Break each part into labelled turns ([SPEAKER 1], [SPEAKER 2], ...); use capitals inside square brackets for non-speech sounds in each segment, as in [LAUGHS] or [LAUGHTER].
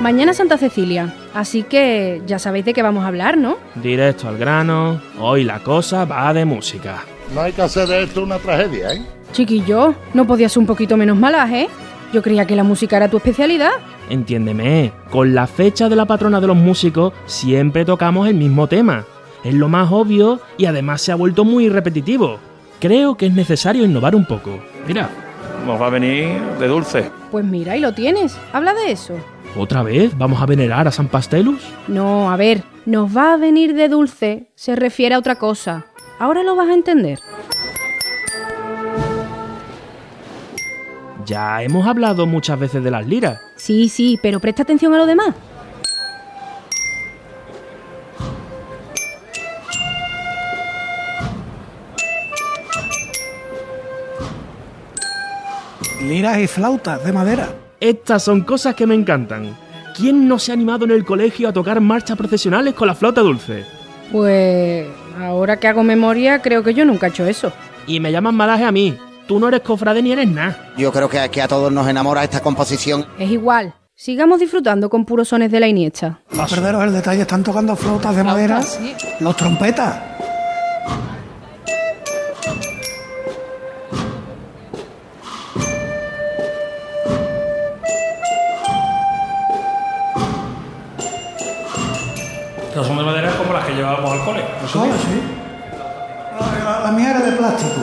[SPEAKER 1] Mañana es Santa Cecilia, así que ya sabéis de qué vamos a hablar, ¿no?
[SPEAKER 2] Directo al grano, hoy la cosa va de música.
[SPEAKER 3] No hay que hacer de esto una tragedia, ¿eh?
[SPEAKER 1] Chiquillo, no podías un poquito menos malas, ¿eh? Yo creía que la música era tu especialidad.
[SPEAKER 2] Entiéndeme, con la fecha de la patrona de los músicos siempre tocamos el mismo tema. Es lo más obvio y además se ha vuelto muy repetitivo. Creo que es necesario innovar un poco.
[SPEAKER 4] Mira, nos va a venir de dulce.
[SPEAKER 1] Pues mira, y lo tienes. Habla de eso.
[SPEAKER 2] ¿Otra vez vamos a venerar a San Pastelus?
[SPEAKER 1] No, a ver, nos va a venir de dulce se refiere a otra cosa. Ahora lo vas a entender.
[SPEAKER 2] Ya hemos hablado muchas veces de las liras.
[SPEAKER 1] Sí, sí, pero presta atención a lo demás.
[SPEAKER 5] Liras y flautas de madera.
[SPEAKER 2] Estas son cosas que me encantan. ¿Quién no se ha animado en el colegio a tocar marchas procesionales con la flauta dulce?
[SPEAKER 1] Pues ahora que hago memoria, creo que yo nunca he hecho eso.
[SPEAKER 2] Y me llaman malaje a mí. Tú no eres cofrade ni eres nada.
[SPEAKER 6] Yo creo que aquí a todos nos enamora esta composición.
[SPEAKER 1] Es igual. Sigamos disfrutando con puros sones de la Iniesta.
[SPEAKER 4] Ah,
[SPEAKER 5] No perderos el detalle, están tocando flautas de madera, los trompetas.
[SPEAKER 4] No son de madera como las que llevábamos al cole. ¿no
[SPEAKER 5] Todo,
[SPEAKER 4] sabías?
[SPEAKER 5] Oh, sí. La, la- la mía era de plástico.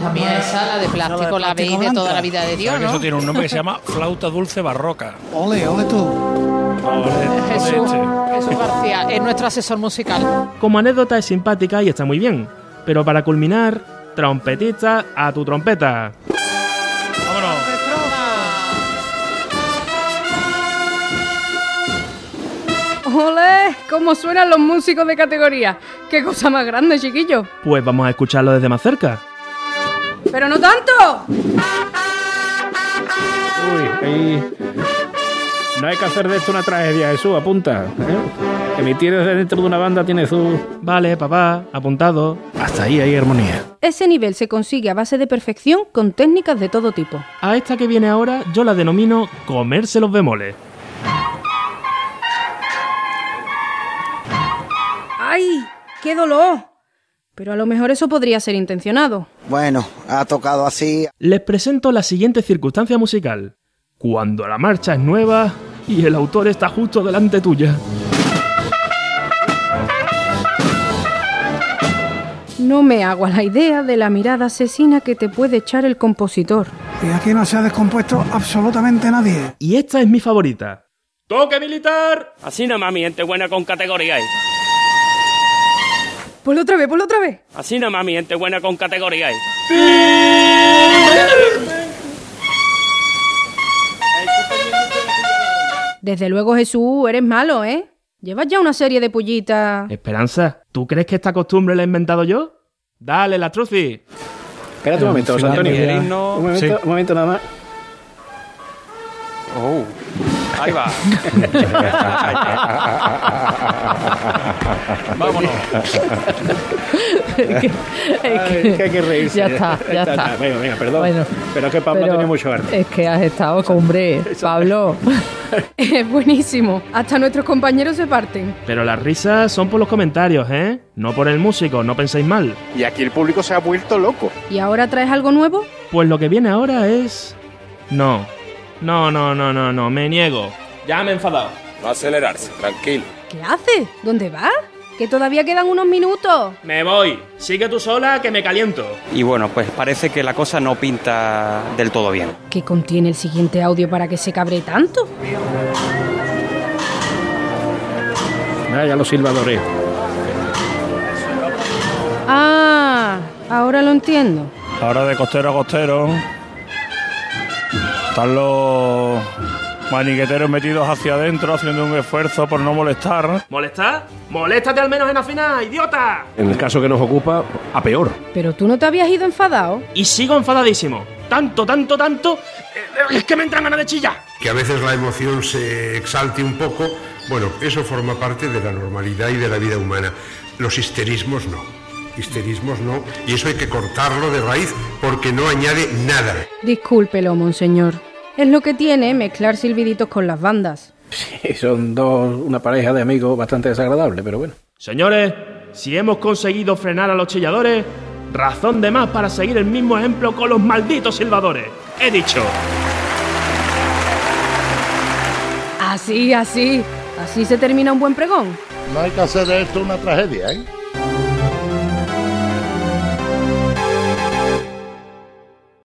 [SPEAKER 7] La mía esa, la de plástico, la veis de toda la vida de
[SPEAKER 4] Ahora
[SPEAKER 7] Dios,
[SPEAKER 4] que Eso
[SPEAKER 7] ¿no?
[SPEAKER 4] tiene un nombre que se llama flauta dulce barroca.
[SPEAKER 5] Ole, ole tú.
[SPEAKER 4] No, es de- no es de
[SPEAKER 7] Jesús,
[SPEAKER 4] este.
[SPEAKER 7] Jesús García, es nuestro asesor musical.
[SPEAKER 2] Como anécdota es simpática y está muy bien. Pero para culminar, trompetista a tu trompeta.
[SPEAKER 4] Vámonos.
[SPEAKER 1] ¡Ole! ¿Cómo suenan los músicos de categoría? ¡Qué cosa más grande, chiquillo!
[SPEAKER 2] Pues vamos a escucharlo desde más cerca.
[SPEAKER 1] ¡Pero no tanto!
[SPEAKER 8] Uy, ahí. No hay que hacer de esto una tragedia, Jesús, apunta. ¿eh? Emitir desde dentro de una banda tiene su.
[SPEAKER 2] Vale, papá, apuntado.
[SPEAKER 8] Hasta ahí hay armonía.
[SPEAKER 1] Ese nivel se consigue a base de perfección con técnicas de todo tipo.
[SPEAKER 2] A esta que viene ahora yo la denomino comerse los bemoles.
[SPEAKER 1] ¡Ay! ¡Qué dolor! Pero a lo mejor eso podría ser intencionado.
[SPEAKER 6] Bueno, ha tocado así.
[SPEAKER 2] Les presento la siguiente circunstancia musical. Cuando la marcha es nueva y el autor está justo delante tuya.
[SPEAKER 1] No me hago a la idea de la mirada asesina que te puede echar el compositor.
[SPEAKER 5] Y aquí no se ha descompuesto absolutamente nadie.
[SPEAKER 2] Y esta es mi favorita. ¡Toque militar!
[SPEAKER 9] Así no mami, gente buena con categoría. ¿eh?
[SPEAKER 1] Ponlo otra vez, ponlo otra vez.
[SPEAKER 9] Así no mami, gente buena con categoría. ¿eh?
[SPEAKER 1] Desde luego, Jesús, eres malo, ¿eh? Llevas ya una serie de pullitas.
[SPEAKER 2] Eh. Esperanza, ¿tú crees que esta costumbre la he inventado yo? Dale, la truci.
[SPEAKER 8] Espérate un momento, José Antonio.
[SPEAKER 4] del himno-
[SPEAKER 8] Un momento,
[SPEAKER 4] Sí.
[SPEAKER 8] un momento nada más.
[SPEAKER 4] Oh. Ahí va. Vámonos.
[SPEAKER 8] Ay, que hay que reírse.
[SPEAKER 10] Ya está, ya está.
[SPEAKER 8] Venga, venga, perdón.
[SPEAKER 10] Bueno.
[SPEAKER 8] pero es que Pablo tenía mucho arte.
[SPEAKER 10] Es que has estado, hombre, Pablo.
[SPEAKER 1] [LAUGHS] Es buenísimo. Hasta nuestros compañeros se parten.
[SPEAKER 2] Pero las risas son por los comentarios, ¿eh? No por el músico, no penséis mal.
[SPEAKER 11] Y aquí el público se ha vuelto loco.
[SPEAKER 1] ¿Y ahora traes algo nuevo?
[SPEAKER 2] Pues lo que viene ahora es... No. No, no, no, no, no, me niego. Ya me he enfadado.
[SPEAKER 4] No acelerarse, tranquilo.
[SPEAKER 1] ¿Qué haces? ¿Dónde vas? Que todavía quedan unos minutos.
[SPEAKER 2] Me voy. Sigue tú sola que me caliento.
[SPEAKER 9] Y bueno, pues parece que la cosa no pinta del todo bien.
[SPEAKER 1] ¿Qué contiene el siguiente audio para que se cabre tanto?
[SPEAKER 8] Ah, ya los silbadores.
[SPEAKER 1] Ah, ahora lo entiendo.
[SPEAKER 4] Ahora de costero a costero están los maniqueteros metidos hacia adentro haciendo un esfuerzo por no molestar.
[SPEAKER 2] ¿Molestar? ¡Moléstate al menos en afina, idiota!
[SPEAKER 8] En el caso que nos ocupa, a peor.
[SPEAKER 1] Pero tú no te habías ido enfadado.
[SPEAKER 2] Y sigo enfadadísimo. Tanto, tanto, tanto... eh, Es que me entran ganas de chillar.
[SPEAKER 12] que a veces la emoción se exalte un poco, bueno, eso forma parte de la normalidad y de la vida humana. Los histerismos no. Histerismos no. Y eso hay que cortarlo de raíz porque no añade nada.
[SPEAKER 1] Discúlpelo, monseñor. Es lo que tiene mezclar silbiditos con las bandas.
[SPEAKER 4] Sí, son dos, una pareja de amigos bastante desagradable, pero bueno.
[SPEAKER 2] Señores, si hemos conseguido frenar a los chilladores, razón de más para seguir el mismo ejemplo con los malditos silbadores. He dicho.
[SPEAKER 1] Así, así. Así se termina un buen pregón.
[SPEAKER 12] No hay que hacer de esto una tragedia, ¿eh?